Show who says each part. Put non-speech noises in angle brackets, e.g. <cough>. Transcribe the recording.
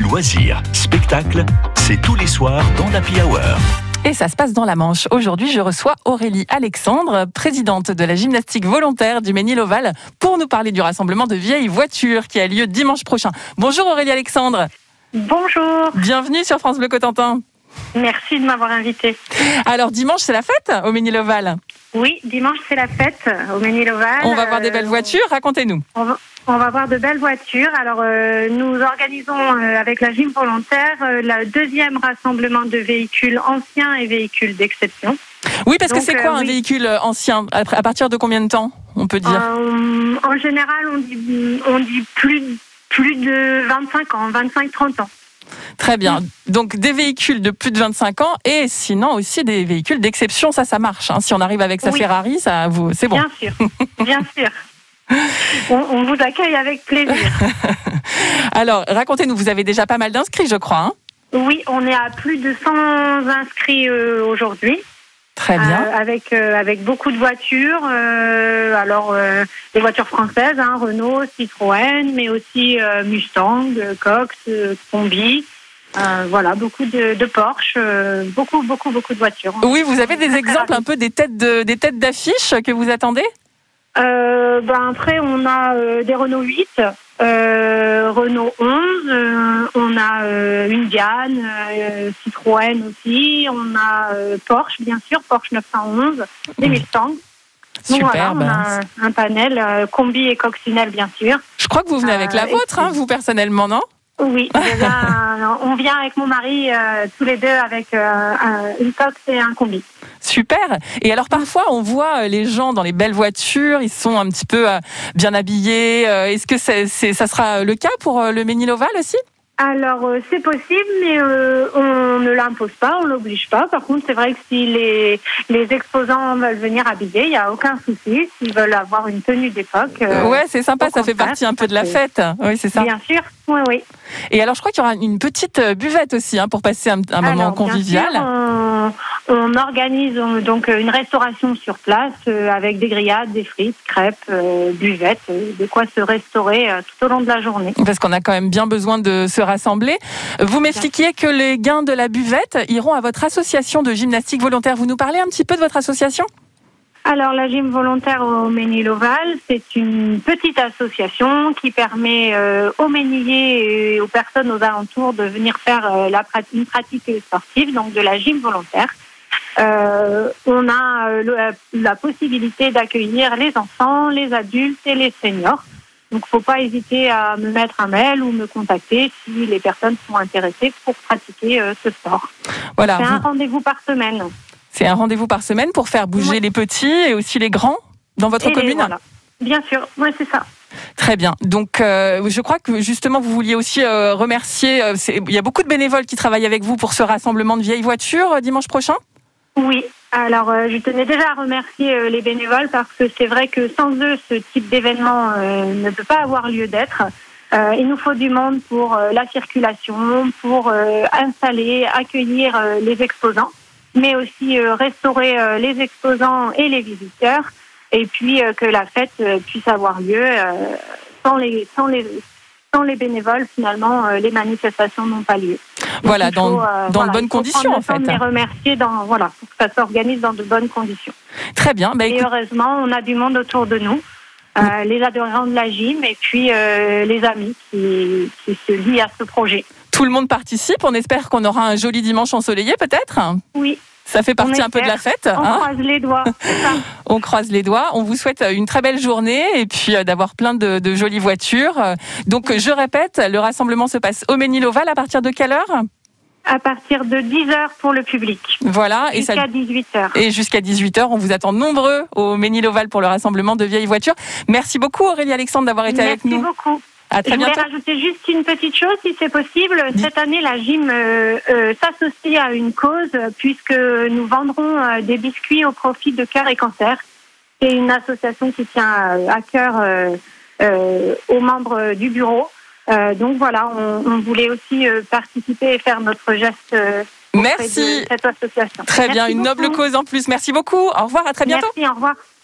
Speaker 1: loisirs, spectacles, c'est tous les soirs dans l'Happy Hour.
Speaker 2: Et ça se passe dans la Manche. Aujourd'hui, je reçois Aurélie Alexandre, présidente de la gymnastique volontaire du Ménil-Oval, pour nous parler du rassemblement de vieilles voitures qui a lieu dimanche prochain. Bonjour Aurélie Alexandre.
Speaker 3: Bonjour,
Speaker 2: Bienvenue sur France Bleu Cotentin.
Speaker 3: merci de m'avoir invité.
Speaker 2: Alors dimanche, c'est la fête au Ménil-Oval.
Speaker 3: Oui, dimanche c'est la fête euh, au Ménil-Oval.
Speaker 2: On va voir
Speaker 3: Euh,
Speaker 2: des belles voitures, racontez-nous.
Speaker 3: On va, on va voir de belles voitures. Alors euh, nous organisons euh, avec la gym volontaire euh, le deuxième rassemblement de véhicules anciens et véhicules d'exception.
Speaker 2: Oui, parce que
Speaker 3: Donc,
Speaker 2: c'est quoi un
Speaker 3: euh, oui.
Speaker 2: véhicule ancien À à partir de combien de temps, on peut dire
Speaker 3: Euh, en général, on dit, on dit plus, plus de 25 ans, 25-30 ans.
Speaker 2: Très bien. Donc des véhicules de plus de 25 ans et sinon aussi des véhicules d'exception, ça ça marche. hein. Si on arrive avec sa
Speaker 3: Oui.
Speaker 2: Ferrari, ça vous c'est bon.
Speaker 3: Bien sûr,
Speaker 2: <laughs>
Speaker 3: bien sûr. On, on vous accueille avec plaisir.
Speaker 2: Alors racontez-nous, vous avez déjà pas mal d'inscrits, je crois. hein
Speaker 3: Oui, on est à plus de 100 inscrits euh, aujourd'hui.
Speaker 2: Très bien.
Speaker 3: Euh, avec euh, avec beaucoup de voitures. euh, alors euh, des voitures françaises, hein, Renault, Citroën, mais aussi euh, Mustang, euh, Cox, euh, Combi. Euh, voilà, beaucoup de, de Porsche, euh, beaucoup beaucoup beaucoup de voitures.
Speaker 2: Oui, vous avez des
Speaker 3: Euh, Très
Speaker 2: exemples un
Speaker 3: rapide.
Speaker 2: peu des têtes de, des têtes d'affiches que vous attendez
Speaker 3: Euh, ben après on a euh, des Renault 8. Euh, Renault 11, euh, on a euh, une Diane, euh, Citroën aussi, on a euh, Porsche bien sûr, Porsche 911, des Mustang. Donc voilà,
Speaker 2: Superbe. hein.
Speaker 3: on a un, un panel euh, combi et coccinelle, bien sûr.
Speaker 2: Je crois que vous venez avec la
Speaker 3: Euh,
Speaker 2: vôtre, hein, vous personnellement, non <laughs>
Speaker 3: Oui, je viens, euh, on vient avec mon mari euh, tous les deux avec euh, un- une cox et un combi.
Speaker 2: Super. Et alors parfois on voit euh, les gens dans les belles voitures, ils sont un petit peu euh, bien habillés. Euh, Est-ce que c'est- c'est- ça sera le cas pour euh, le Méniloval aussi
Speaker 3: Alors euh, c'est possible, mais euh, on ne l'impose pas, on l'oblige pas. Par contre, c'est vrai que si les, les exposants veulent venir habiller, il n'y a aucun souci. S'ils veulent avoir une tenue d'époque, euh,
Speaker 2: Ouais, c'est sympa,
Speaker 3: au
Speaker 2: ça fait
Speaker 3: contraire,
Speaker 2: partie un peu de la
Speaker 3: c'est-
Speaker 2: fête. Oui, c'est ça.
Speaker 3: bien sûr. Oui, oui.
Speaker 2: Et alors, je crois qu'il y aura une petite euh, buvette aussi hein, pour passer un, un moment
Speaker 3: Alors, bien
Speaker 2: convivial.
Speaker 3: sûr, on, on organise euh, donc euh, une restauration sur place euh, avec des grillades, des frites, crêpes, euh, buvettes, euh, de quoi se restaurer euh, tout au long de la journée.
Speaker 2: Parce qu'on a quand même bien besoin de se rassembler. Vous m'expliquiez que les gains de la buvette iront à votre association de gymnastique volontaire. Vous nous parlez un petit peu de votre association
Speaker 3: Alors la gym volontaire au Ménil-Oval, c'est une petite association qui permet euh, aux Méniliers et aux personnes aux alentours de venir faire euh, la prat- une pratique sportive, donc de la gym volontaire. Euh, on a euh, le- la possibilité d'accueillir les enfants, les adultes et les seniors. Donc faut pas hésiter à me mettre un mail ou me contacter si les personnes sont intéressées pour pratiquer euh, ce sport.
Speaker 2: Voilà,
Speaker 3: C'est un
Speaker 2: vous-
Speaker 3: rendez-vous par semaine.
Speaker 2: c'est un rendez-vous par semaine pour faire bouger
Speaker 3: Ouais.
Speaker 2: les petits et aussi les grands dans votre
Speaker 3: Et les-
Speaker 2: commune.
Speaker 3: voilà. Bien sûr, moi c'est ça.
Speaker 2: Très bien. Donc, euh, je crois que justement, vous vouliez aussi euh, remercier. euh, c'est- il y a beaucoup de bénévoles qui travaillent avec vous pour ce rassemblement de vieilles voitures euh, dimanche prochain.
Speaker 3: Oui, alors euh, je tenais déjà à remercier euh, les bénévoles parce que c'est vrai que sans eux, ce type d'événement euh, ne peut pas avoir lieu d'être. Euh, il nous faut du monde pour euh, la circulation, pour euh, installer, accueillir euh, les exposants, mais aussi euh, restaurer euh, les exposants et les visiteurs, et puis euh, que la fête euh, puisse avoir lieu euh, sans les sans les sans les bénévoles finalement euh, les manifestations n'ont pas lieu.
Speaker 2: Voilà,
Speaker 3: il faut,
Speaker 2: dans- dans de
Speaker 3: voilà,
Speaker 2: bonnes
Speaker 3: il faut
Speaker 2: conditions,
Speaker 3: prendre
Speaker 2: en
Speaker 3: le temps
Speaker 2: fait.
Speaker 3: de les remercier dans voilà pour que ça s'organise dans de bonnes conditions.
Speaker 2: Très bien. Bah,
Speaker 3: Et
Speaker 2: écoute- Mm.
Speaker 3: heureusement, on a du monde autour de nous, euh, les adhérents de la gym et puis euh, les amis qui, qui se lient à ce projet.
Speaker 2: Tout le monde participe. On espère qu'on aura un joli dimanche ensoleillé, peut-être.
Speaker 3: Oui,
Speaker 2: Ça fait partie un peu de la fête.
Speaker 3: on
Speaker 2: hein.
Speaker 3: croise les
Speaker 2: <laughs>
Speaker 3: doigts. c'est ça.
Speaker 2: On croise les doigts. On vous souhaite euh, une très belle journée et puis euh, d'avoir plein de, de jolies voitures. Euh, Donc, euh, je répète, le rassemblement se passe au Ménil-Oval à partir de quelle heure
Speaker 3: à partir de 10h pour le public,
Speaker 2: Voilà. Et ça.
Speaker 3: jusqu'à 18h.
Speaker 2: Et jusqu'à 18h, on vous attend nombreux au Ménil-Oval pour le rassemblement de vieilles voitures. Merci beaucoup Aurélie Alexandre d'avoir été avec
Speaker 3: Merci
Speaker 2: nous.
Speaker 3: beaucoup.
Speaker 2: À très
Speaker 3: Je voulais
Speaker 2: bientôt.
Speaker 3: rajouter juste une petite chose, si c'est possible.
Speaker 2: Dis-
Speaker 3: Cette année, la gym euh, euh, s'associe à une cause, euh, puisque nous vendrons euh, des biscuits au profit de Cœur et Cancer. C'est une association qui tient à, à cœur euh, euh, aux membres euh, du bureau. Euh, donc voilà, on, on voulait aussi euh, participer et faire notre geste euh, auprès
Speaker 2: Merci.
Speaker 3: de cette association.
Speaker 2: Très bien,
Speaker 3: Merci
Speaker 2: une noble
Speaker 3: beaucoup.
Speaker 2: cause en plus. Merci beaucoup. Au revoir, à très bientôt.
Speaker 3: Merci, au revoir.